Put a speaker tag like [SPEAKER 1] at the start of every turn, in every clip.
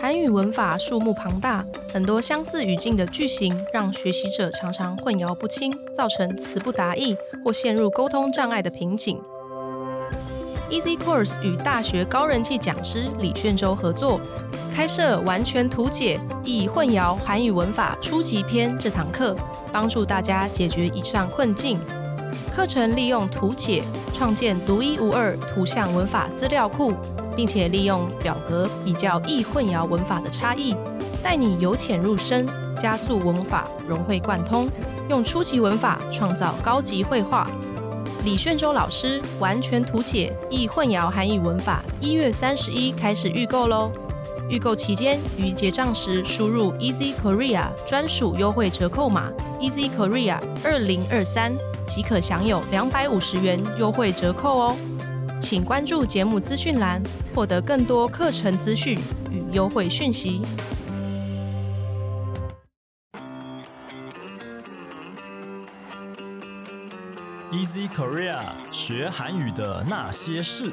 [SPEAKER 1] 韩语文法数目庞大，很多相似语境的句型让学习者常常混淆不清，造成词不达意或陷入沟通障碍的瓶颈。Easy Course 与大学高人气讲师李炫洲合作，开设完全图解易混淆韩语文法初级篇这堂课，帮助大家解决以上困境。课程利用图解创建独一无二图像文法资料库，并且利用表格比较易混淆文法的差异，带你由浅入深，加速文法融会贯通，用初级文法创造高级绘画。李炫洲老师完全图解易混淆韩语文法，一月三十一开始预购喽。预购期间于结账时输入 Easy Korea 专属优惠折扣码 Easy Korea 二零二三，即可享有两百五十元优惠折扣哦。请关注节目资讯栏，获得更多课程资讯与优惠讯息。
[SPEAKER 2] Easy Korea 学韩语的那些事。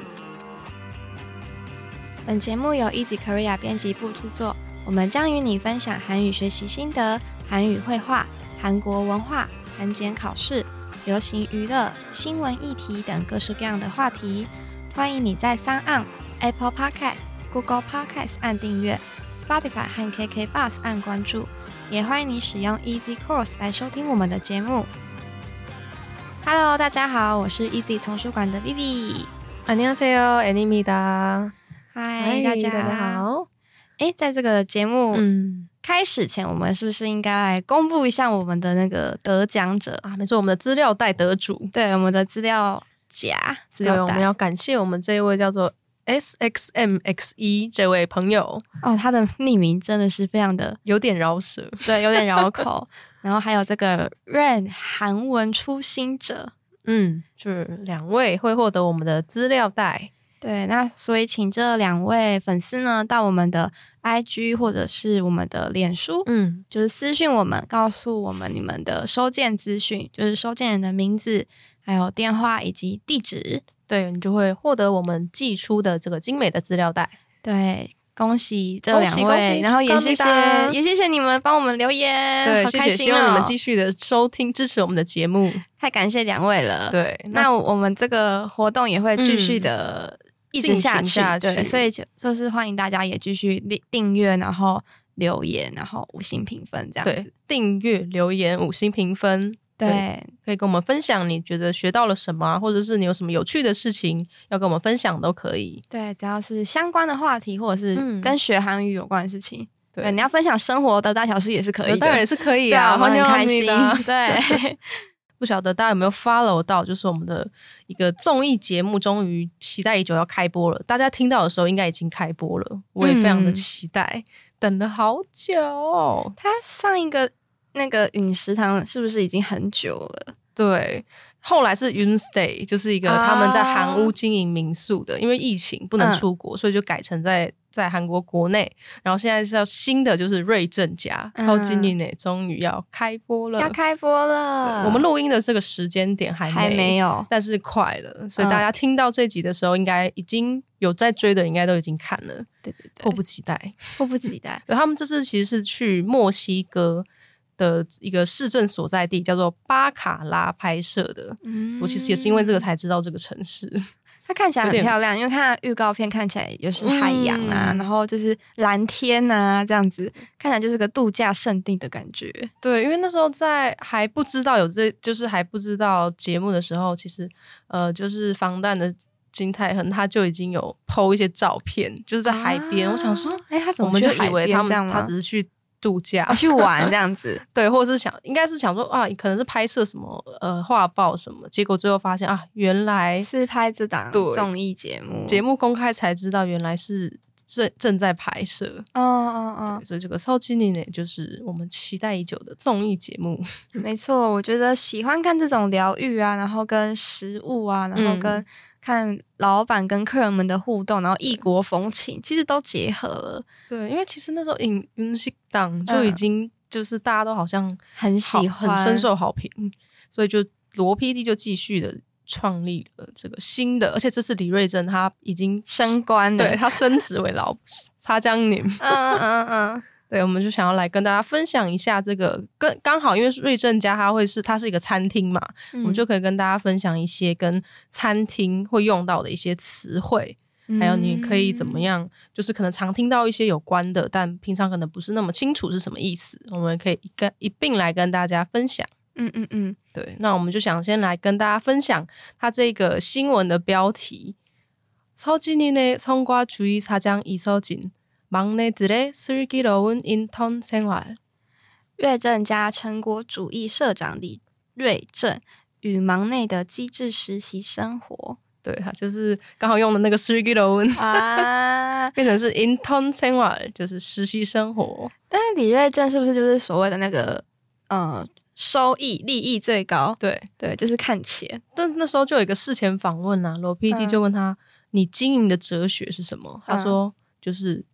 [SPEAKER 3] 本节目由 Easy Korea 编辑部制作，我们将与你分享韩语学习心得、韩语绘画、韩国文化、韩检考试、流行娱乐、新闻议题等各式各样的话题。欢迎你在三岸 Apple Podcast、Google Podcast 按订阅，Spotify 和 KK Bus 按关注，也欢迎你使用 Easy Course 来收听我们的节目。Hello，大家好，我是 Easy 丛书馆的 Vivi。
[SPEAKER 1] 안녕하세요，애니미다。
[SPEAKER 3] 嗨，大家。
[SPEAKER 1] 好。
[SPEAKER 3] 哎，在这个节目
[SPEAKER 1] 嗯
[SPEAKER 3] 开始前，我们是不是应该来公布一下我们的那个得奖者？
[SPEAKER 1] 啊，没错，我们的资料袋得主，
[SPEAKER 3] 对，我们的资料夹、资
[SPEAKER 1] 对，
[SPEAKER 3] 料
[SPEAKER 1] 我们
[SPEAKER 3] 袋。
[SPEAKER 1] 要感谢我们这一位叫做 S X M X 一这位朋友，
[SPEAKER 3] 哦，他的匿名真的是非常的，
[SPEAKER 1] 有点饶舌。
[SPEAKER 3] 对，有点绕口。 然后还有这个 Rain 韩文初心者，
[SPEAKER 1] 嗯，就是两位会获得我们的资料袋。
[SPEAKER 3] 对，那所以请这两位粉丝呢，到我们的 IG 或者是我们的脸书，
[SPEAKER 1] 嗯，
[SPEAKER 3] 就是私讯我们，告诉我们你们的收件资讯，就是收件人的名字、还有电话以及地址。
[SPEAKER 1] 对你就会获得我们寄出的这个精美的资料袋。
[SPEAKER 3] 对，恭喜这
[SPEAKER 1] 恭喜
[SPEAKER 3] 两
[SPEAKER 1] 恭喜
[SPEAKER 3] 位，然后也谢谢
[SPEAKER 1] 축하합니다 ，
[SPEAKER 3] 也谢谢你们帮我们留言，
[SPEAKER 1] 对，
[SPEAKER 3] 哎好
[SPEAKER 1] 谢
[SPEAKER 3] 开
[SPEAKER 1] 谢，
[SPEAKER 3] 心哦
[SPEAKER 1] 希望你们继
[SPEAKER 3] 续，
[SPEAKER 1] 续的收听支持我们的节目。
[SPEAKER 3] 太感谢两位了。，
[SPEAKER 1] 对，嗯
[SPEAKER 3] 那我我们这个活动也会继续的一直下
[SPEAKER 1] 进
[SPEAKER 3] 去，
[SPEAKER 1] 行下去
[SPEAKER 3] 对，所以就就是欢迎大家也继续订订阅，然后留言，然后五星评分这样
[SPEAKER 1] 对
[SPEAKER 3] 子。
[SPEAKER 1] 订阅、留言、五星评分，
[SPEAKER 3] 对，
[SPEAKER 1] 可以跟我们分享你觉得学到了什么啊，或者是你有什么有趣的事情要跟我们分享都可以。
[SPEAKER 3] 对，只要是相关的话题，或者
[SPEAKER 1] 嗯
[SPEAKER 3] 是跟学韩语有关的事情，
[SPEAKER 1] 对
[SPEAKER 3] 对，你要分享生活的大小事也是可以的，
[SPEAKER 1] 当然也是可以
[SPEAKER 3] 对啊，
[SPEAKER 1] 啊，
[SPEAKER 3] 我们很开
[SPEAKER 1] 欢迎
[SPEAKER 3] 心
[SPEAKER 1] 你的啊。，
[SPEAKER 3] 对，
[SPEAKER 1] 不晓得大家有没有 follow 到，就是我们的一个综艺节目，终于期待已久要开播了。大家听到的时候，应该已经开播了，我也非常的
[SPEAKER 3] 嗯
[SPEAKER 1] 期待，等了好久。
[SPEAKER 3] 他上一个那个陨石堂是不是已经很久了？
[SPEAKER 1] 对，后来是 Unstay，就是一个
[SPEAKER 3] 啊嗯
[SPEAKER 1] 他们在韩屋经营民宿的，因为疫情不能出国，所以就改成在在韩国国内。然后现在是要新的，就是瑞正家
[SPEAKER 3] 嗯
[SPEAKER 1] 超经营呢，终于要开播了。
[SPEAKER 3] 要开播了，
[SPEAKER 1] 我们录音的这个时间点还
[SPEAKER 3] 还没有？
[SPEAKER 1] 但是快了，所以
[SPEAKER 3] 嗯
[SPEAKER 1] 大家听到这集的时候，应该已经有在追的，应该都已经看了，
[SPEAKER 3] 对对对，
[SPEAKER 1] 迫 不及待。。
[SPEAKER 3] 迫不及待
[SPEAKER 1] 对他们这次其实是去墨西哥的一个市政所在地，叫做巴卡拉拍摄的。
[SPEAKER 3] 嗯
[SPEAKER 1] 我其实也是因为这个，才知道这个城市，
[SPEAKER 3] 它嗯看起来
[SPEAKER 1] 有
[SPEAKER 3] 很
[SPEAKER 1] 点
[SPEAKER 3] 漂亮，因为看它预告片看起来就是海洋啊，
[SPEAKER 1] 嗯
[SPEAKER 3] 然后就是蓝天啊，这样子看起来就是个度假胜地的感觉。
[SPEAKER 1] 对，因为那时候在还不知道有这，就是还不知道节目的时候，其实呃，就是防弹的金泰亨他就已经有 PO 一些照片，就是在海边。
[SPEAKER 3] 啊
[SPEAKER 1] 我想说，，
[SPEAKER 3] 哎、他怎
[SPEAKER 1] 我
[SPEAKER 3] 么
[SPEAKER 1] 们就
[SPEAKER 3] 去海
[SPEAKER 1] 以为
[SPEAKER 3] 边
[SPEAKER 1] 他
[SPEAKER 3] 这样
[SPEAKER 1] 们
[SPEAKER 3] 吗
[SPEAKER 1] 他只是去度假，
[SPEAKER 3] 啊，去玩这样子
[SPEAKER 1] 对，或者是想，应该是想说啊，可能是拍摄什么呃画报什么，结果最后发现啊，原来
[SPEAKER 3] 是拍这档
[SPEAKER 1] 对
[SPEAKER 3] 综艺节目，
[SPEAKER 1] 节目公开才知道，原来是正正在拍摄。
[SPEAKER 3] 哦哦哦，
[SPEAKER 1] 所以这个超级你呢，就是我们期待已久的综艺节目。
[SPEAKER 3] 没错，我觉得喜欢看这种疗愈啊，然后跟食物啊，然后
[SPEAKER 1] 嗯
[SPEAKER 3] 跟看老板跟客人们的互动，然后异国风情，其实都结合了，
[SPEAKER 1] 对，因为其实那时候影云西档就已
[SPEAKER 3] 嗯
[SPEAKER 1] 经就是大家都好像
[SPEAKER 3] 很
[SPEAKER 1] 好
[SPEAKER 3] 喜欢，
[SPEAKER 1] 很深受好评，所以就罗 PD 就继续的创立了这个新的，而且这次李瑞珍他已经
[SPEAKER 3] 升官了
[SPEAKER 1] 对他升职为老 擦江宁。
[SPEAKER 3] 嗯嗯嗯，
[SPEAKER 1] 对，我们就想要来跟大家分享一下这个，跟刚好因为瑞正家他会是它是一个餐厅嘛，
[SPEAKER 3] 嗯
[SPEAKER 1] 我们就可以跟大家分享一些跟餐厅会用到的一些词汇，
[SPEAKER 3] 嗯
[SPEAKER 1] 还有你可以怎么
[SPEAKER 3] 样？
[SPEAKER 1] 样，就是可能常听到一些有关的，但平常可能不是那么清楚是什么意思，我们可以一个一并来跟大家分享。
[SPEAKER 3] 嗯嗯嗯，
[SPEAKER 1] 对，那我们就想先来跟大家分享它这个新闻的标题：서진이의성과주의사장이서진막내들의슬기로운인턴생활。
[SPEAKER 3] 岳正家成果主义社长李瑞正与忙内的机智实习生活
[SPEAKER 1] 对，它就是刚好用的那个 슬기로운，
[SPEAKER 3] 啊。
[SPEAKER 1] 变成是 intern 생활，就是实习生活。
[SPEAKER 3] 但是李瑞正是不是就是所谓的那个呃收益利益最高？
[SPEAKER 1] 对，
[SPEAKER 3] 对，就是看钱。
[SPEAKER 1] 但那时候就有一个事前访问啊，罗 PD
[SPEAKER 3] 嗯
[SPEAKER 1] 就问他、你经营的哲学是什么？他说就是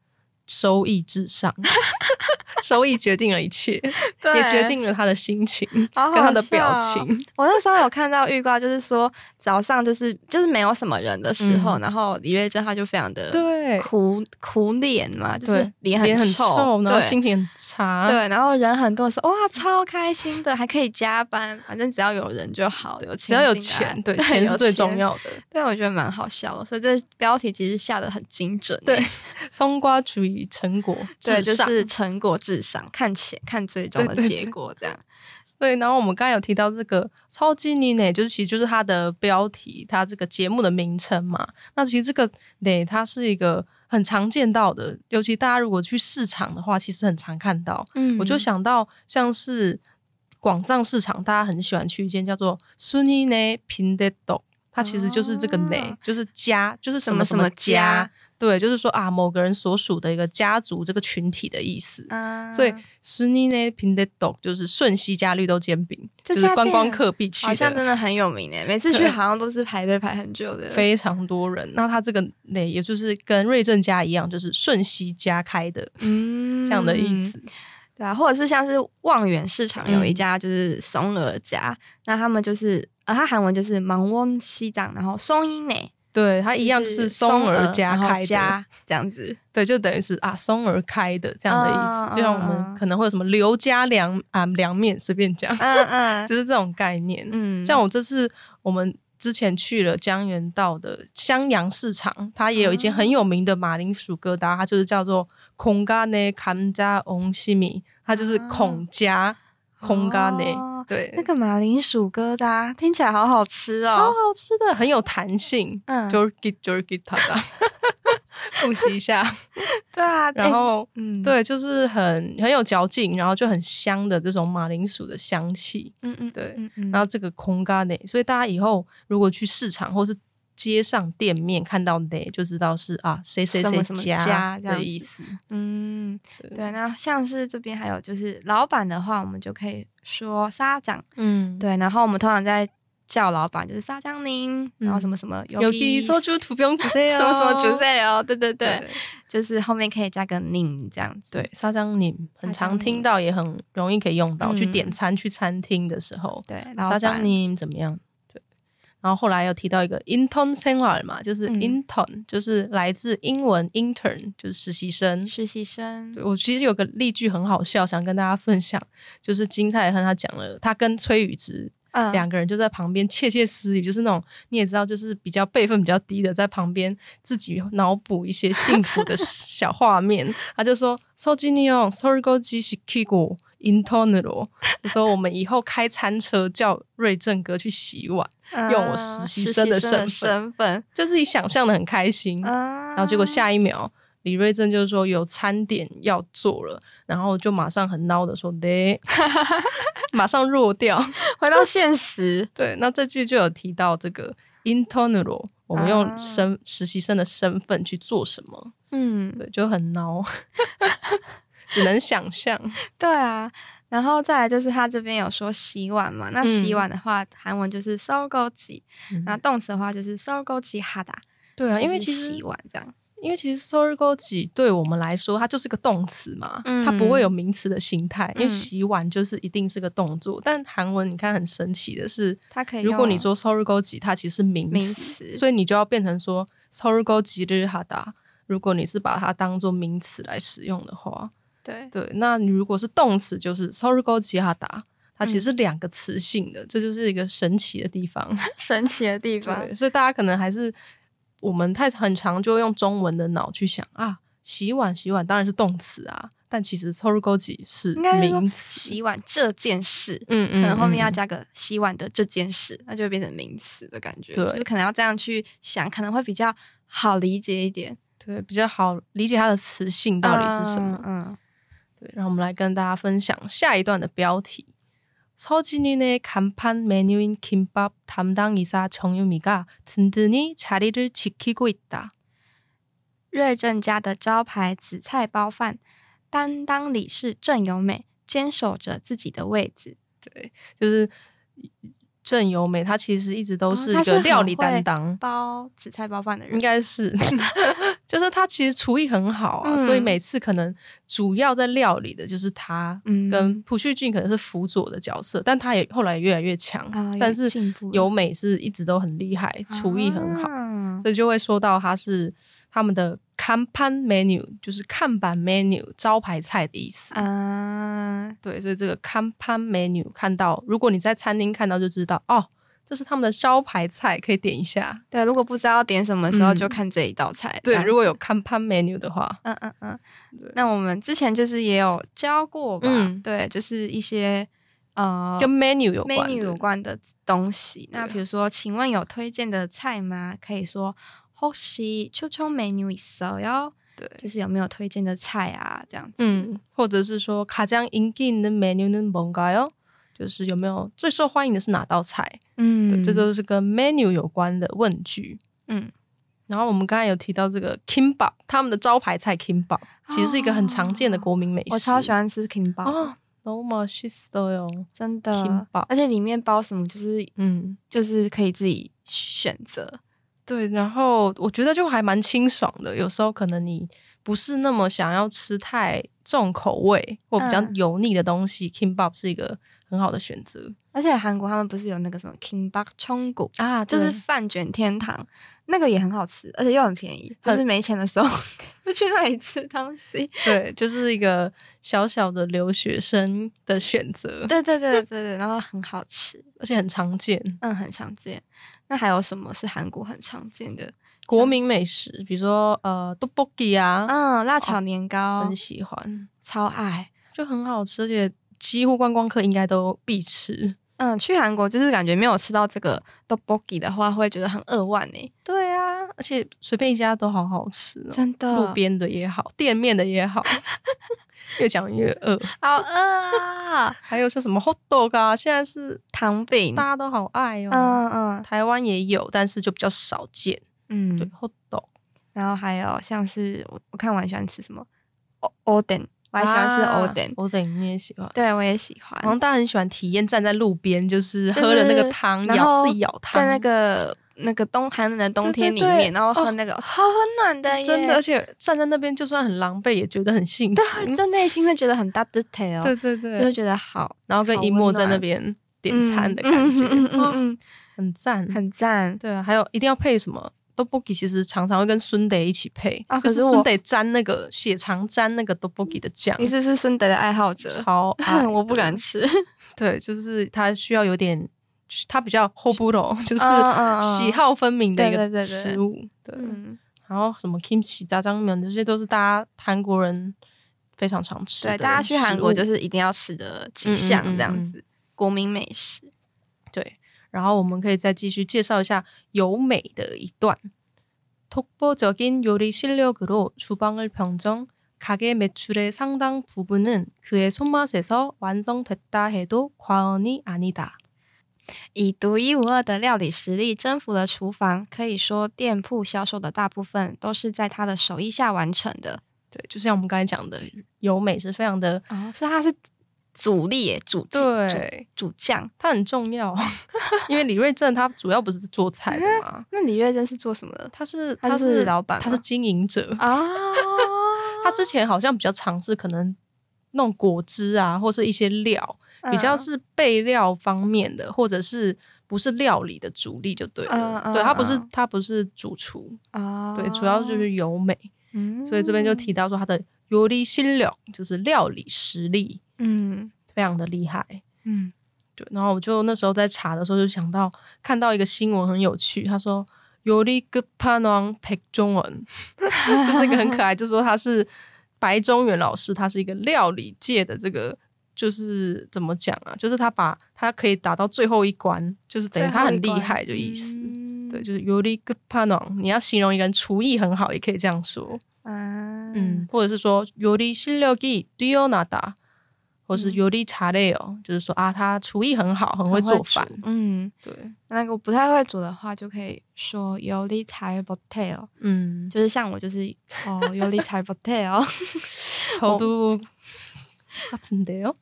[SPEAKER 1] 收益至 上，收益决定了一切，
[SPEAKER 3] 对
[SPEAKER 1] 也决定了他的心情
[SPEAKER 3] 好好
[SPEAKER 1] 跟他的表
[SPEAKER 3] 笑哦
[SPEAKER 1] 情。
[SPEAKER 3] 我那时候有看到预告，就是说早上就是就是没有什么人的时候，
[SPEAKER 1] 嗯
[SPEAKER 3] 然后李瑞珍她就非常的
[SPEAKER 1] 对，
[SPEAKER 3] 苦苦脸嘛，就是
[SPEAKER 1] 对
[SPEAKER 3] 脸
[SPEAKER 1] 脸很
[SPEAKER 3] 臭，
[SPEAKER 1] 然后
[SPEAKER 3] 对
[SPEAKER 1] 心啊情很差。
[SPEAKER 3] 对，然后人很多的时候，哇，超开心的，还可以加班，反正只要有人就好，有
[SPEAKER 1] 只要有
[SPEAKER 3] 亲近
[SPEAKER 1] 钱，啊
[SPEAKER 3] 感
[SPEAKER 1] 对钱是最重。
[SPEAKER 3] 有
[SPEAKER 1] 要的。
[SPEAKER 3] 对，我觉得蛮好笑的，所以这标题其实下的很精准。欸
[SPEAKER 1] 对，松瓜主义成果
[SPEAKER 3] 对，
[SPEAKER 1] 至
[SPEAKER 3] 就
[SPEAKER 1] 上。
[SPEAKER 3] 是成果至上，看钱，看最终的
[SPEAKER 1] 对对
[SPEAKER 3] 结
[SPEAKER 1] 对
[SPEAKER 3] 果这样。
[SPEAKER 1] 对，然后我们刚才有提到这个“超级你呢”，就是其实就是它的标题，它这个节目的名称嘛。那其实这个“呢”它是一个很常见到的，尤其大家如果去市场的话，其实很常看到。
[SPEAKER 3] 嗯
[SPEAKER 1] 我就想到像是广藏市场，大家很喜欢去一间叫做“苏尼呢平得斗”，它其实就是这个“呢
[SPEAKER 3] 哦”，
[SPEAKER 1] 就是家，就是
[SPEAKER 3] 什
[SPEAKER 1] 什
[SPEAKER 3] 么
[SPEAKER 1] 么
[SPEAKER 3] 什
[SPEAKER 1] 什
[SPEAKER 3] 么
[SPEAKER 1] 么
[SPEAKER 3] 家
[SPEAKER 1] 家。对，就是说啊，某个人所属的一个家族这个群体的意思。
[SPEAKER 3] 啊，
[SPEAKER 1] 所以 s u n i n 平的斗就是顺西加绿豆煎饼，
[SPEAKER 3] 这
[SPEAKER 1] 就
[SPEAKER 3] 家
[SPEAKER 1] 是观
[SPEAKER 3] 店
[SPEAKER 1] 光客必去
[SPEAKER 3] 好像真
[SPEAKER 1] 的，
[SPEAKER 3] 的很有名欸诶，每次去
[SPEAKER 1] 对
[SPEAKER 3] 好像都是排队排很久的。
[SPEAKER 1] 非常多人。那它这个那也就是跟瑞正家一样，就是顺西家开的
[SPEAKER 3] 嗯
[SPEAKER 1] 这样的意思。
[SPEAKER 3] 对啊，或者是像是望远市场有一
[SPEAKER 1] 嗯
[SPEAKER 3] 家就是松鹅家，那他们就是呃，它韩文就是芒翁西藏，然后松英美，
[SPEAKER 1] 对，它
[SPEAKER 3] 就
[SPEAKER 1] 一样
[SPEAKER 3] 是
[SPEAKER 1] 是松
[SPEAKER 3] 儿
[SPEAKER 1] 儿家
[SPEAKER 3] 然后
[SPEAKER 1] 开的，
[SPEAKER 3] 家这样子。
[SPEAKER 1] 对，就等于是啊松儿开的这样的意
[SPEAKER 3] 嗯
[SPEAKER 1] 思。就像我
[SPEAKER 3] 嗯嗯
[SPEAKER 1] 们可能会有什么刘家凉啊凉面，随便讲，
[SPEAKER 3] 嗯 嗯
[SPEAKER 1] 就是这种概念。
[SPEAKER 3] 嗯，
[SPEAKER 1] 像我这次我们之前去了江原道的襄阳市场，它也有一间
[SPEAKER 3] 嗯
[SPEAKER 1] 很有名的马铃薯疙瘩，它就是叫做孔嘎呢坎加翁西米，它就是孔家孔嘎
[SPEAKER 3] 啊哦
[SPEAKER 1] 呢，对，
[SPEAKER 3] 那个马铃薯疙瘩听起来好好吃
[SPEAKER 1] 超好
[SPEAKER 3] 哦。
[SPEAKER 1] 吃的，很有弹性，
[SPEAKER 3] 嗯，
[SPEAKER 1] 就是给就是给它的， 复习一 下，
[SPEAKER 3] 对啊，
[SPEAKER 1] 然
[SPEAKER 3] 诶
[SPEAKER 1] 后。
[SPEAKER 3] 嗯，
[SPEAKER 1] 对，就是很很有嚼劲，然后就很香的这种马铃薯的香气。
[SPEAKER 3] 嗯，嗯嗯，
[SPEAKER 1] 对
[SPEAKER 3] 嗯，嗯
[SPEAKER 1] 然后这个空咖呢，所以大家以后如果去市场或是街上店面看到呢，就知道是啊谁谁
[SPEAKER 3] 什么
[SPEAKER 1] 谁
[SPEAKER 3] 什么家这样
[SPEAKER 1] 的意思。
[SPEAKER 3] 嗯，
[SPEAKER 1] 对
[SPEAKER 3] 对。那像是这边还有就是老板的话，我们就可以说沙长。
[SPEAKER 1] 嗯，
[SPEAKER 3] 对，然后我们通常在叫老板就是沙江宁，然后什么什么
[SPEAKER 1] 嗯有
[SPEAKER 3] 比
[SPEAKER 1] 的说就是图不用
[SPEAKER 3] 什么什么主菜哦，对对对，
[SPEAKER 1] 对
[SPEAKER 3] 就是后面可以加个宁这样子。
[SPEAKER 1] 对，沙张宁很
[SPEAKER 3] 沙姜
[SPEAKER 1] 常
[SPEAKER 3] 泥
[SPEAKER 1] 听到，也很容易可以用到。去
[SPEAKER 3] 嗯
[SPEAKER 1] 点餐去餐厅的时候，
[SPEAKER 3] 对，老
[SPEAKER 1] 沙张
[SPEAKER 3] 板
[SPEAKER 1] 宁怎么样？对。然后后来又提到一个 intern senior 嘛，就是
[SPEAKER 3] 嗯
[SPEAKER 1] intern，、就是来自英文 intern，就是实习生。
[SPEAKER 3] 实习生
[SPEAKER 1] 对我其实有个例句很好笑，想跟大家分享，就是金泰亨他讲了，他跟崔宇植
[SPEAKER 3] 嗯
[SPEAKER 1] 两个人就在旁边窃窃私语，就是那种你也知道，就是比较辈分比较低的，在旁边自己脑补一些幸福的小画面。他就说 s o j i n i o n s o r g o j i s k i g o i n t o n e r o 就说我们以后开餐车叫瑞正哥去洗碗，
[SPEAKER 3] 嗯
[SPEAKER 1] 用我实习
[SPEAKER 3] 实
[SPEAKER 1] 生的
[SPEAKER 3] 身
[SPEAKER 1] 身份
[SPEAKER 3] 份，
[SPEAKER 1] 就自己想象的很开心。
[SPEAKER 3] 嗯，然
[SPEAKER 1] 然后结果下一秒，李瑞正就说有餐点要做了，然后就马上很孬的说嘞，马上弱掉。
[SPEAKER 3] 回到现实，
[SPEAKER 1] 对，那这句就有提到这个 internal，我们
[SPEAKER 3] 啊
[SPEAKER 1] 用身、实习生的身份去做什么，
[SPEAKER 3] 嗯，
[SPEAKER 1] 对，就很孬， 只能想象。
[SPEAKER 3] 对啊，然后再来就是他这边有说洗碗嘛，那洗
[SPEAKER 1] 嗯
[SPEAKER 3] 碗的话，韩文就是收购机，
[SPEAKER 1] 嗯
[SPEAKER 3] 那动词的话就是收购机哈达，
[SPEAKER 1] 对啊，因为
[SPEAKER 3] 就是
[SPEAKER 1] 其实
[SPEAKER 3] 洗碗这样，
[SPEAKER 1] 因为其实 “sorigoji” 对我们来说，它就是个动词嘛，
[SPEAKER 3] 嗯
[SPEAKER 1] 它不会有名词的形态。因为
[SPEAKER 3] 嗯
[SPEAKER 1] 洗碗就是一定是个动作，但韩文你看很神奇的是，
[SPEAKER 3] 它可以
[SPEAKER 1] 如果你
[SPEAKER 3] 用
[SPEAKER 1] 说 “sorigoji”，它其实是名
[SPEAKER 3] 名
[SPEAKER 1] 词，
[SPEAKER 3] 词，
[SPEAKER 1] 所以你就要变成说 “sorigoji r h a d a 如果你是把它当做名词来使用的话，
[SPEAKER 3] 对，
[SPEAKER 1] 对，那你如果是动词，就是 “sorigoji h a d a 它
[SPEAKER 3] 嗯
[SPEAKER 1] 其实是两个词性的，这就是一个神奇的地 方。
[SPEAKER 3] 神奇的地方
[SPEAKER 1] 对，所以大家可能还是我们太很常就用中文的脑去想啊，洗碗洗碗当然是动词啊，但其实 s o r g o j i 是
[SPEAKER 3] 应该是说
[SPEAKER 1] 名词，
[SPEAKER 3] 洗碗这件事，
[SPEAKER 1] 嗯
[SPEAKER 3] 可能后面要
[SPEAKER 1] 嗯
[SPEAKER 3] 加个洗碗的这件事，那就会变成名词的感觉，
[SPEAKER 1] 对
[SPEAKER 3] 就是可能要这样去想，可能会比较好理解一点，
[SPEAKER 1] 对比较好理解它的词性到底是什么。
[SPEAKER 3] 嗯，嗯
[SPEAKER 1] 对，让我们来跟大家分享下一段的标题。서진이의간판메뉴인김밥담당이사정유미가든든히자리를지키고있다。
[SPEAKER 3] 瑞正家的招牌紫菜包饭，担当理事郑由美坚守着自己的位置，
[SPEAKER 1] 就是郑由美，她其实一直都
[SPEAKER 3] 哦
[SPEAKER 1] 是
[SPEAKER 3] 她
[SPEAKER 1] 一
[SPEAKER 3] 是
[SPEAKER 1] 个
[SPEAKER 3] 很
[SPEAKER 1] 料理
[SPEAKER 3] 会
[SPEAKER 1] 担当，
[SPEAKER 3] 包紫菜包饭的人
[SPEAKER 1] 应该 是，就是他其实厨艺很好啊，
[SPEAKER 3] 嗯
[SPEAKER 1] 所以每次可能主要在料理的就是他，
[SPEAKER 3] 嗯
[SPEAKER 1] 跟朴叙俊可能是辅佐的角色，但他也后来越来越强，
[SPEAKER 3] 啊
[SPEAKER 1] 但
[SPEAKER 3] 也
[SPEAKER 1] 是
[SPEAKER 3] 进步了
[SPEAKER 1] 由美是一直都很厉害，厨艺很好，
[SPEAKER 3] 啊
[SPEAKER 1] 所以就会说到他是他们的看盘 menu，就是看板 menu 招牌菜的意
[SPEAKER 3] 嗯
[SPEAKER 1] 思。
[SPEAKER 3] 啊，
[SPEAKER 1] 对，所以这个看盘 menu 看到，如果你在餐厅看到就知道哦，这是他们的招牌菜，可以点一下。
[SPEAKER 3] 对，如果不知道点什么时候，
[SPEAKER 1] 嗯
[SPEAKER 3] 就看这一道菜。这
[SPEAKER 1] 对，
[SPEAKER 3] 样
[SPEAKER 1] 如果有看盘 menu 的话，
[SPEAKER 3] 嗯嗯嗯
[SPEAKER 1] 对，
[SPEAKER 3] 那我们之前就是也有教过吧？
[SPEAKER 1] 嗯
[SPEAKER 3] 对，就是一些呃
[SPEAKER 1] 跟 menu 有关
[SPEAKER 3] menu
[SPEAKER 1] 的
[SPEAKER 3] 有关的东西。
[SPEAKER 1] 对啊
[SPEAKER 3] 那比如说，请问有推荐的菜吗？可以说혹시추천 menu 있어요？
[SPEAKER 1] 对，
[SPEAKER 3] 就是有没有推荐的菜啊？这样子。
[SPEAKER 1] 嗯，或者是说가장인기있는 메뉴는 뭔가요？就是有没有最受欢迎的是哪道菜？对，
[SPEAKER 3] 嗯
[SPEAKER 1] 这都是跟 menu 有关的问句。
[SPEAKER 3] 嗯
[SPEAKER 1] 然后我们刚才有提到这个 kimbap，他们的招牌菜 kimbap 其实是一个很常见的国民美食。
[SPEAKER 3] 我超喜欢吃 kimbap，、
[SPEAKER 1] 哦，no more s h i s t o 哟。
[SPEAKER 3] 真的
[SPEAKER 1] kimbap
[SPEAKER 3] 而且里面包什么就是
[SPEAKER 1] 嗯，
[SPEAKER 3] 就是可以自己选择。
[SPEAKER 1] 对。然后我觉得就还蛮清爽的，有时候可能你不是那么想要吃太重口味或比较
[SPEAKER 3] 嗯
[SPEAKER 1] 油腻的东西、k i m b a p 是一个很好的选择
[SPEAKER 3] 而且韩国他们不是有那个什么 kimbap 冲骨，
[SPEAKER 1] 啊，
[SPEAKER 3] 就是饭卷天堂，那个也很好吃，而且又很便宜，就
[SPEAKER 1] 很
[SPEAKER 3] 是没钱的时候 就去那里吃东西。
[SPEAKER 1] 对，就是一个小小的留学生的选择，
[SPEAKER 3] 对对对对对，然后很好吃，
[SPEAKER 1] 而且很常见。
[SPEAKER 3] 嗯，很常见。那还有什么是韩国很常见的？
[SPEAKER 1] 国民美食，比如说呃豆 o k i 啊，
[SPEAKER 3] 嗯，辣炒年糕、
[SPEAKER 1] 很喜欢，
[SPEAKER 3] 超爱。
[SPEAKER 1] 就很好吃，而且几乎观光客应该都必吃。
[SPEAKER 3] 嗯，去韩国就是感觉没有吃到这个 d o b o g i 的话，会觉得很扼腕呢、欸
[SPEAKER 1] 对啊，而且随便一家都好好吃、哦，
[SPEAKER 3] 真的，
[SPEAKER 1] 路边的也好，店面的也 好，越讲越饿。
[SPEAKER 3] 好饿啊，
[SPEAKER 1] 还有像什么 hot dog 啊，现在是
[SPEAKER 3] 糖饼。
[SPEAKER 1] 大家都好爱哦。
[SPEAKER 3] 嗯嗯
[SPEAKER 1] 台湾也有，但是就比较少见。对
[SPEAKER 3] 嗯，
[SPEAKER 1] ，hot dog。
[SPEAKER 3] 然后还有像是我我看我很喜欢吃什么 o d e n 我还喜欢吃 o d e n
[SPEAKER 1] 欧等啊你也喜欢。
[SPEAKER 3] 对，我也喜欢。
[SPEAKER 1] 好像大家很喜欢体验站在路边，就是
[SPEAKER 3] 就是
[SPEAKER 1] 喝了那个汤，
[SPEAKER 3] 然
[SPEAKER 1] 咬
[SPEAKER 3] 后
[SPEAKER 1] 自己咬汤，
[SPEAKER 3] 在那个那个冬寒冷的冬天里面，
[SPEAKER 1] 对对对哦
[SPEAKER 3] 然后喝那个、超温暖的耶，
[SPEAKER 1] 真的，而，且站在那边就算很狼狈，也觉得很幸福。
[SPEAKER 3] 对，就内心会觉得很大的 detail，
[SPEAKER 1] 对对
[SPEAKER 3] 就会
[SPEAKER 1] 对，
[SPEAKER 3] 觉得好
[SPEAKER 1] 然后跟
[SPEAKER 3] 好
[SPEAKER 1] 一
[SPEAKER 3] 温
[SPEAKER 1] 墨在那
[SPEAKER 3] 暖
[SPEAKER 1] 边点餐的
[SPEAKER 3] 嗯
[SPEAKER 1] 感觉，哦
[SPEAKER 3] 嗯嗯嗯
[SPEAKER 1] 哇
[SPEAKER 3] 嗯
[SPEAKER 1] 很赞
[SPEAKER 3] 嗯。很赞。
[SPEAKER 1] 对啊，还有一定要配什么？豆 b o g i 其实常常会跟孙得一起配，
[SPEAKER 3] 啊
[SPEAKER 1] 就
[SPEAKER 3] 可
[SPEAKER 1] 是
[SPEAKER 3] 是我
[SPEAKER 1] 孙得沾那个血肠沾那个豆 b o g i 的酱，
[SPEAKER 3] 你是不是孙德的爱好者？
[SPEAKER 1] 超爱。
[SPEAKER 3] 我不敢。吃，
[SPEAKER 1] 对，就是它需要有点，它比较 h o b u r o 就是
[SPEAKER 3] 嗯嗯嗯
[SPEAKER 1] 喜好分明的一
[SPEAKER 3] 对
[SPEAKER 1] 个
[SPEAKER 3] 对对对
[SPEAKER 1] 食物。对，
[SPEAKER 3] 嗯，
[SPEAKER 1] 然后什么 kimchi 炸酱面，这些都是大家韩国人非常常吃的
[SPEAKER 3] 对，
[SPEAKER 1] 食物。
[SPEAKER 3] 大家去韩国就是一定要吃的几项
[SPEAKER 1] 嗯嗯嗯
[SPEAKER 3] 这样子，国民美食。
[SPEAKER 1] 对。然后我们可以再继续介绍一下由美的一段。독보적인 요리 실력으로 주방을 평정, 가게 매출의 상당 부분은 그의 손맛에서 완성됐다 해도 과언이 아니다.
[SPEAKER 3] 以独一无二的料理实力征服了厨房，可以说店铺销售的大部分都是在他的手艺下完成的。
[SPEAKER 1] 对，就像我们刚才讲的，由美是非常的
[SPEAKER 3] 哦，所以他是主力耶，主主
[SPEAKER 1] 对，
[SPEAKER 3] 主将。
[SPEAKER 1] 它很重要， 因为李瑞正他主要不是做菜的嘛，
[SPEAKER 3] 那李月珍是做什么的？
[SPEAKER 1] 他是
[SPEAKER 3] 他就是
[SPEAKER 1] 是
[SPEAKER 3] 老板
[SPEAKER 1] 他是
[SPEAKER 3] 嘛
[SPEAKER 1] 经营者，
[SPEAKER 3] 啊，
[SPEAKER 1] 他之前好像比较尝试可能弄果汁啊，或是一些料， 比
[SPEAKER 3] 嗯
[SPEAKER 1] 较是备料方面的，或者是不是料理的主力就对了。
[SPEAKER 3] 嗯嗯
[SPEAKER 1] 对他不是
[SPEAKER 3] 嗯
[SPEAKER 1] 他不是主厨，
[SPEAKER 3] 啊，
[SPEAKER 1] 对，主要就是由美，
[SPEAKER 3] 嗯，
[SPEAKER 1] 所以这边就提到说他的尤利心料就是料理实力
[SPEAKER 3] 嗯
[SPEAKER 1] 非常的厉害。
[SPEAKER 3] 嗯
[SPEAKER 1] 对，然后我就那时候在查的时候就想到看到一个新闻很有趣，他说尤利格帕农佩中文， 就是一个很可爱，就说他是白中原老师，他是一个料理界的这个。就是怎么讲啊？就是他把他可以打到最后一关，就是等于他很厉害的意思。
[SPEAKER 3] 嗯
[SPEAKER 1] 对，就是尤利格帕农，你要形容一个人厨艺很好，也可以这样说。
[SPEAKER 3] 啊，
[SPEAKER 1] 嗯，或者是说요리실력이뛰어나다，或是
[SPEAKER 3] 嗯
[SPEAKER 1] 요리잘해요，就是说啊，他厨艺很好，很会做饭。
[SPEAKER 3] 煮嗯，
[SPEAKER 1] 对，
[SPEAKER 3] 那个我不太会煮的话，就可以说有理财 b o t a l
[SPEAKER 1] 嗯，
[SPEAKER 3] 就是像我就是哦，有理财 b o t a l
[SPEAKER 1] 저도 같은데요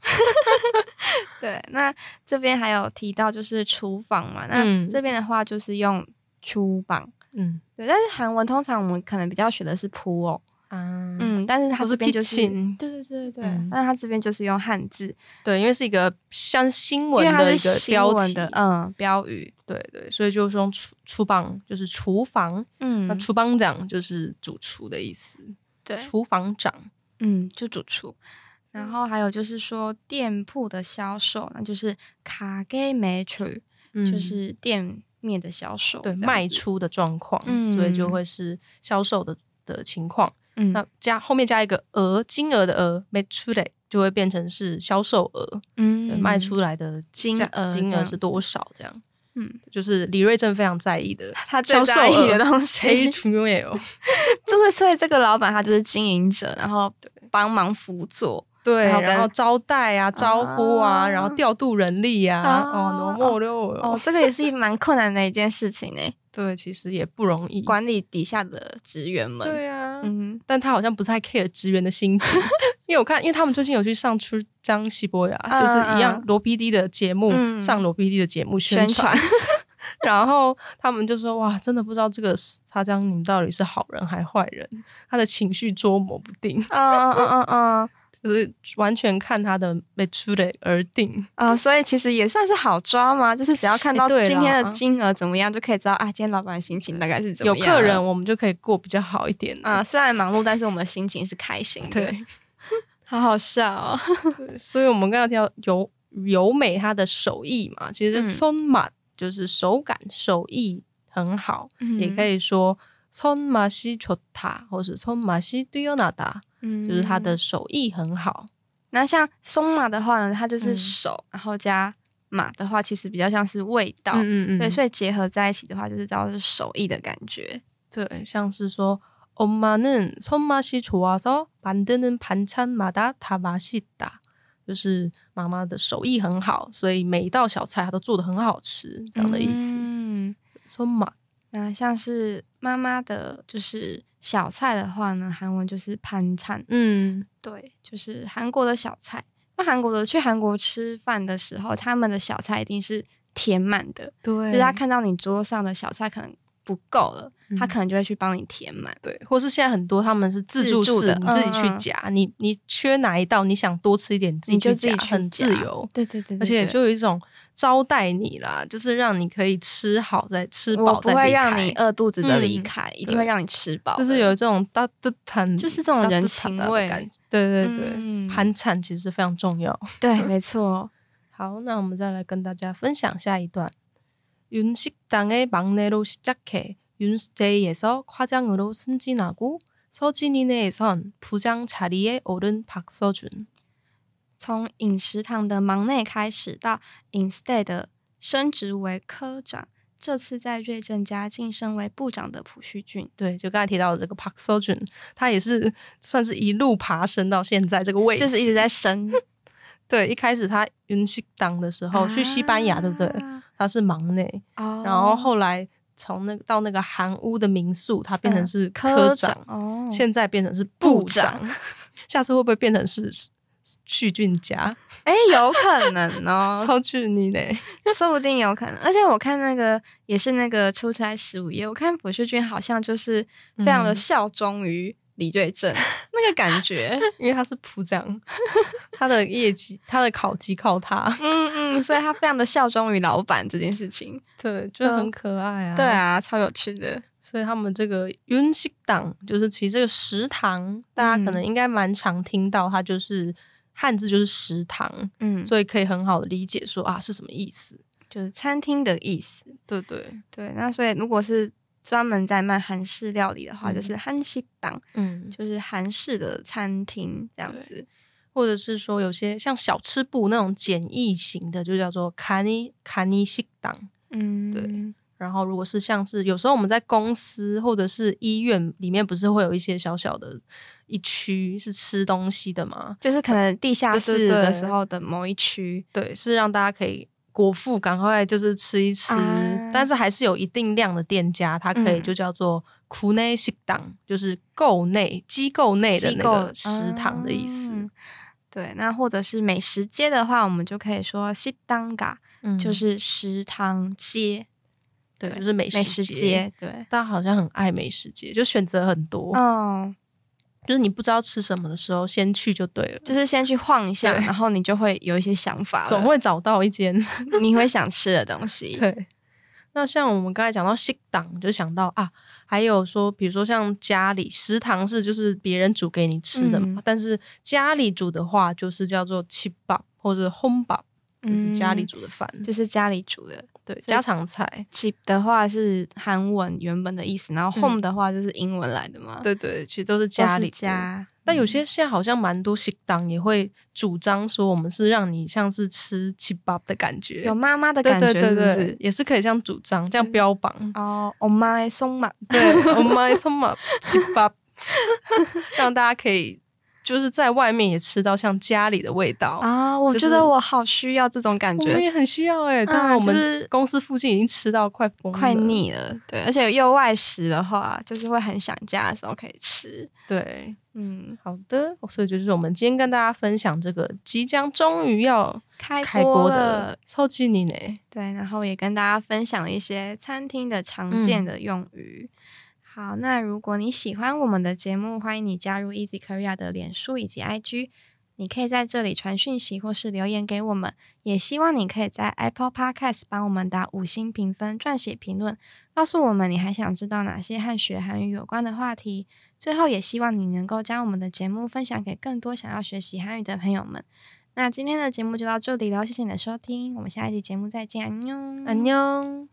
[SPEAKER 3] 对，那这边还有提到就是厨房嘛，那
[SPEAKER 1] 嗯
[SPEAKER 3] 这边的话就是用厨房。
[SPEAKER 1] 嗯
[SPEAKER 3] 对，但是韩文通常我们可能比较学的是 p 哦，
[SPEAKER 1] 啊，
[SPEAKER 3] 嗯，但是它
[SPEAKER 1] 或
[SPEAKER 3] 这
[SPEAKER 1] 是
[SPEAKER 3] 边就是，
[SPEAKER 1] kitchen
[SPEAKER 3] 对对对对对，
[SPEAKER 1] 嗯
[SPEAKER 3] 但是它这边就是用汉字，
[SPEAKER 1] 对，因为是一个像新
[SPEAKER 3] 因
[SPEAKER 1] 闻
[SPEAKER 3] 为它
[SPEAKER 1] 的
[SPEAKER 3] 是
[SPEAKER 1] 一个
[SPEAKER 3] 新
[SPEAKER 1] 标
[SPEAKER 3] 闻
[SPEAKER 1] 题，
[SPEAKER 3] 的，嗯，标语，
[SPEAKER 1] 对对，所以就是用厨厨房，就是厨房，那
[SPEAKER 3] 嗯，
[SPEAKER 1] 厨房长就是主厨的意思，
[SPEAKER 3] 对，
[SPEAKER 1] 厨房长，
[SPEAKER 3] 嗯，就主厨。然后还有就是说店铺的销售，那就是卡给매출，
[SPEAKER 1] 嗯
[SPEAKER 3] 就是店面的销售，
[SPEAKER 1] 对
[SPEAKER 3] 这样
[SPEAKER 1] 卖
[SPEAKER 3] 子，
[SPEAKER 1] 出的状况，
[SPEAKER 3] 嗯
[SPEAKER 1] 所以就会是销售的的情况。
[SPEAKER 3] 嗯，
[SPEAKER 1] 那加后面加一个额，金额的额 m a t u r e 就会变成是销售额，对
[SPEAKER 3] 嗯
[SPEAKER 1] 卖出，来的
[SPEAKER 3] 金
[SPEAKER 1] 价
[SPEAKER 3] 额
[SPEAKER 1] 金
[SPEAKER 3] 这
[SPEAKER 1] 额
[SPEAKER 3] 样
[SPEAKER 1] 是
[SPEAKER 3] 子
[SPEAKER 1] 多少？这样
[SPEAKER 3] 嗯，
[SPEAKER 1] 就是李瑞正非常在意的
[SPEAKER 3] 他最
[SPEAKER 1] 销售
[SPEAKER 3] 在意的
[SPEAKER 1] 额。
[SPEAKER 3] 东西
[SPEAKER 1] H，L，
[SPEAKER 3] 就是所以这个老板他就是经营者，然后帮忙辅佐，
[SPEAKER 1] 对，
[SPEAKER 3] 然后跟
[SPEAKER 1] 然后招待啊、招呼啊，
[SPEAKER 3] 啊
[SPEAKER 1] 然后调度人力啊，
[SPEAKER 3] 啊
[SPEAKER 1] 哦，多么六
[SPEAKER 3] 哦，这个也是蛮困难的一件事情呢、
[SPEAKER 1] 对，其实也不容易。
[SPEAKER 3] 管理底下的职员们。
[SPEAKER 1] 对啊，
[SPEAKER 3] 嗯，
[SPEAKER 1] 但他好像不太 care 职员的心 情，因为我看，因为他们最近有去上出张西伯雅，
[SPEAKER 3] 嗯
[SPEAKER 1] 就是一样
[SPEAKER 3] 嗯
[SPEAKER 1] 罗 PD 的节目，
[SPEAKER 3] 嗯
[SPEAKER 1] 上罗 PD 的节目宣
[SPEAKER 3] 宣
[SPEAKER 1] 传
[SPEAKER 3] 传，，
[SPEAKER 1] 然后他们就说：“哇，真的不知道这个擦江你们到底是好人还坏人，他的情绪捉摸不定，
[SPEAKER 3] 嗯嗯嗯嗯嗯，
[SPEAKER 1] 就是完全看他的被出的而定。
[SPEAKER 3] 啊、所以其实也算是好抓嘛，就是只要看
[SPEAKER 1] 哎
[SPEAKER 3] 到
[SPEAKER 1] 对啦
[SPEAKER 3] 今天的金额怎么样，就可以知道啊，今天老板的心情大概是怎
[SPEAKER 1] 有
[SPEAKER 3] 么样
[SPEAKER 1] 客
[SPEAKER 3] 了。
[SPEAKER 1] 人，我们就可以过比较好一点
[SPEAKER 3] 啊、虽然忙碌，但是我们心情是开心的。
[SPEAKER 1] 对，
[SPEAKER 3] 好好笑哦。
[SPEAKER 1] 所以我们刚刚提到由由美她的手艺嘛，其实
[SPEAKER 3] 嗯
[SPEAKER 1] 松马就是手感手艺很好，也可
[SPEAKER 3] 以，
[SPEAKER 1] 以说松马西丘塔，或是松马西对尤纳达，就是她的
[SPEAKER 3] 嗯。
[SPEAKER 1] 手艺很好。
[SPEAKER 3] 那像松马的话呢，它就是
[SPEAKER 1] 嗯
[SPEAKER 3] 手，然后加马的话，其实比较像是味道。
[SPEAKER 1] 嗯
[SPEAKER 3] 对，所以结合在一起的话，就是知道是手艺的感觉。
[SPEAKER 1] 对，像是说엄마는손맛이좋아서만드는반찬마다다맛있다，就是妈妈的手艺很好，所以每一道小菜她都做的很好吃，这样的意思。
[SPEAKER 3] 嗯，
[SPEAKER 1] 손맛
[SPEAKER 3] 那像是妈妈的，就是小菜的话呢，韩文就是盘菜。
[SPEAKER 1] 嗯
[SPEAKER 3] 对，就是韩国的小菜。那韩国的去韩国吃饭的时候，他们的小菜一定是填满的，就
[SPEAKER 1] 对
[SPEAKER 3] 是他看到你桌上的小菜可能不够了，他
[SPEAKER 1] 嗯
[SPEAKER 3] 可能就会去帮你填满。
[SPEAKER 1] 对，或是现在很多他们是自
[SPEAKER 3] 自
[SPEAKER 1] 助
[SPEAKER 3] 助
[SPEAKER 1] 式，
[SPEAKER 3] 的
[SPEAKER 1] 你自己去
[SPEAKER 3] 嗯嗯
[SPEAKER 1] 夹，你你缺哪一道，你想多吃一点，
[SPEAKER 3] 你就
[SPEAKER 1] 去
[SPEAKER 3] 自己
[SPEAKER 1] 夹，
[SPEAKER 3] 去
[SPEAKER 1] 很自
[SPEAKER 3] 夹
[SPEAKER 1] 由。
[SPEAKER 3] 对对对对
[SPEAKER 1] 而且
[SPEAKER 3] 对
[SPEAKER 1] 就有一种招待你啦，就是让你可以吃好再吃
[SPEAKER 3] 我
[SPEAKER 1] 饱
[SPEAKER 3] 不
[SPEAKER 1] 再
[SPEAKER 3] 会
[SPEAKER 1] 离
[SPEAKER 3] 让
[SPEAKER 1] 开。
[SPEAKER 3] 你饿肚子的离
[SPEAKER 1] 嗯
[SPEAKER 3] 开，一
[SPEAKER 1] 对
[SPEAKER 3] 定会让你吃饱的。
[SPEAKER 1] 就是有这种哒哒弹，
[SPEAKER 3] 就是这种
[SPEAKER 1] 哒哒
[SPEAKER 3] 人
[SPEAKER 1] 哒
[SPEAKER 3] 情
[SPEAKER 1] 哒的
[SPEAKER 3] 味
[SPEAKER 1] 感觉。对对对，
[SPEAKER 3] 嗯
[SPEAKER 1] 盘缠其实非常重要。
[SPEAKER 3] 对，没错。
[SPEAKER 1] 好，那我们再来跟大家分享下一段。윤식당의막내로시작해윤스테이에서과장으로승진하고서진이네에선부장자리에오른박서준。
[SPEAKER 3] 从饮食堂的忙内开始，到 instead 的升职为科长，这次在瑞正家晋升为部长的朴叙俊。
[SPEAKER 1] 对，就刚才提到的这个 Park Sojun，他也是算是一路爬升到现在这个位置，
[SPEAKER 3] 就是一直在 升，
[SPEAKER 1] 对。一开始他云西当的时候、哦去西班牙，对不对？
[SPEAKER 3] 啊
[SPEAKER 1] 他是忙内，
[SPEAKER 3] 哦，
[SPEAKER 1] 然后后来从那个到那个韩屋的民宿，他变成是
[SPEAKER 3] 嗯科
[SPEAKER 1] 科长，
[SPEAKER 3] 哦，
[SPEAKER 1] 现在变成是
[SPEAKER 3] 部
[SPEAKER 1] 部长，下次会不会变成是去俊家，
[SPEAKER 3] 哎，有可能 哦，
[SPEAKER 1] 超去你嘞！
[SPEAKER 3] 说不定有可能。而且我看那个也是那个出差十五夜，我看朴叙俊好像就是非常的
[SPEAKER 1] 嗯
[SPEAKER 3] 效忠于李瑞镇、那个感 觉。
[SPEAKER 1] 因为他是普长， 他的业绩、他的考绩靠 他，
[SPEAKER 3] 嗯嗯，所以他非常的效忠于老板这件事情。
[SPEAKER 1] 对，就很可爱啊。
[SPEAKER 3] 嗯对，啊，超有趣的。
[SPEAKER 1] 所以他们这个云식당就是其实这个食堂，大家
[SPEAKER 3] 嗯
[SPEAKER 1] 可能应该蛮常听到，它就是汉字就是食堂，
[SPEAKER 3] 嗯，
[SPEAKER 1] 所以可以很好的理解说啊是什么意思。
[SPEAKER 3] 就是餐厅的意思。
[SPEAKER 1] 对对，
[SPEAKER 3] 对，那所以如果是专门在卖韩式料理的话，就是韩式档，
[SPEAKER 1] 嗯，
[SPEAKER 3] 就是韩式的餐厅这样子。
[SPEAKER 1] 或者是说有些像小吃部那种简易型的，就叫做卡尼卡尼식당。
[SPEAKER 3] 嗯，
[SPEAKER 1] 对然后，如果是像是有时候我们在公司或者是医院里面，不是会有一些小小的一区是吃东西的吗？
[SPEAKER 3] 就是可能地下
[SPEAKER 1] 对对
[SPEAKER 3] 室的
[SPEAKER 1] 对
[SPEAKER 3] 时候的某一区，
[SPEAKER 1] 对，是让大家可以果腹赶快就是吃一吃，
[SPEAKER 3] 啊
[SPEAKER 1] 但是还是有一定量的店家，它可以
[SPEAKER 3] 嗯
[SPEAKER 1] 就叫做库内食堂，就是构内机构内的
[SPEAKER 3] 机
[SPEAKER 1] 那
[SPEAKER 3] 构
[SPEAKER 1] 个食堂的意思。
[SPEAKER 3] 嗯对，那或者是美食街的话，我们就可以说西当嘎，
[SPEAKER 1] 嗯
[SPEAKER 3] 就是食堂街，
[SPEAKER 1] 对，
[SPEAKER 3] 对
[SPEAKER 1] 就是美
[SPEAKER 3] 美食
[SPEAKER 1] 食街。
[SPEAKER 3] 街，对，
[SPEAKER 1] 大家好像很爱美食街，就选择很多，
[SPEAKER 3] 哦，
[SPEAKER 1] 就是你不知道吃什么的时候，先去就对了，
[SPEAKER 3] 就是先去晃一下，
[SPEAKER 1] 对
[SPEAKER 3] 然后你就会有一些想法了，
[SPEAKER 1] 总会找到一间。
[SPEAKER 3] 你会想吃的东西，
[SPEAKER 1] 对，那像我们刚才讲到新档，就想到啊，还有说，比如说像家里食堂是就是别人煮给你吃的嘛，
[SPEAKER 3] 嗯
[SPEAKER 1] 但是家里煮的话就是叫做 c h i b a 或者 home b a 就是家里
[SPEAKER 3] 嗯
[SPEAKER 1] 煮的饭，
[SPEAKER 3] 就是家里煮的。
[SPEAKER 1] 对，家常菜。
[SPEAKER 3] chip 的话是韩文原本的意思，然
[SPEAKER 1] 嗯
[SPEAKER 3] 后 home 的话就是英文来的嘛，
[SPEAKER 1] 对对，其实都是
[SPEAKER 3] 嗯都是
[SPEAKER 1] 家里。
[SPEAKER 3] 家。
[SPEAKER 1] 但有些现在好像蛮多新档也会主张说，我们是让你像是吃 c h i b a 的感觉，
[SPEAKER 3] 有妈妈的
[SPEAKER 1] 对
[SPEAKER 3] 感
[SPEAKER 1] 对
[SPEAKER 3] 觉，
[SPEAKER 1] 对
[SPEAKER 3] 是不
[SPEAKER 1] 对，
[SPEAKER 3] 是？
[SPEAKER 1] 也是可以这样主张，这样标榜。
[SPEAKER 3] 哦，我妈来送嘛，
[SPEAKER 1] 对，我买什么七八， 让大家可以就是在外面也吃到像家里的味道。
[SPEAKER 3] 啊，我
[SPEAKER 1] 哦就
[SPEAKER 3] 觉
[SPEAKER 1] 是
[SPEAKER 3] 得我好需要这种感
[SPEAKER 1] 我们
[SPEAKER 3] 觉，
[SPEAKER 1] 也很需要哎、欸，
[SPEAKER 3] 嗯
[SPEAKER 1] 当然我
[SPEAKER 3] 就是
[SPEAKER 1] 们公司附近已经吃到快疯了
[SPEAKER 3] 快。腻了。对，而且又外食的话，就是会很想家的时候可以吃。
[SPEAKER 1] 对，
[SPEAKER 3] 嗯，
[SPEAKER 1] 好的，所以就是我们今天跟大家分享这个即将终于要
[SPEAKER 3] 开
[SPEAKER 1] 开
[SPEAKER 3] 播
[SPEAKER 1] 播
[SPEAKER 3] 了
[SPEAKER 1] 的，超级你呢。
[SPEAKER 3] 对，然后也跟大家分享了一些餐厅的常
[SPEAKER 1] 嗯
[SPEAKER 3] 见的用语。好，那如果你喜欢我们的节目，欢迎你加入 Easy Korea 的脸书以及 IG，你可以在这里传讯息或是留言给我们。也希望你可以在 Apple Podcast 帮我们打五星评分、撰写评论，告诉我们你还想知道哪些和学韩语有关的话题。最后，也希望你能够将我们的节目分享给更多想要学习韩语的朋友们。那今天的节目就到这里了，谢谢你的收听，我们下一期节目再见，安妞，
[SPEAKER 1] 安妞。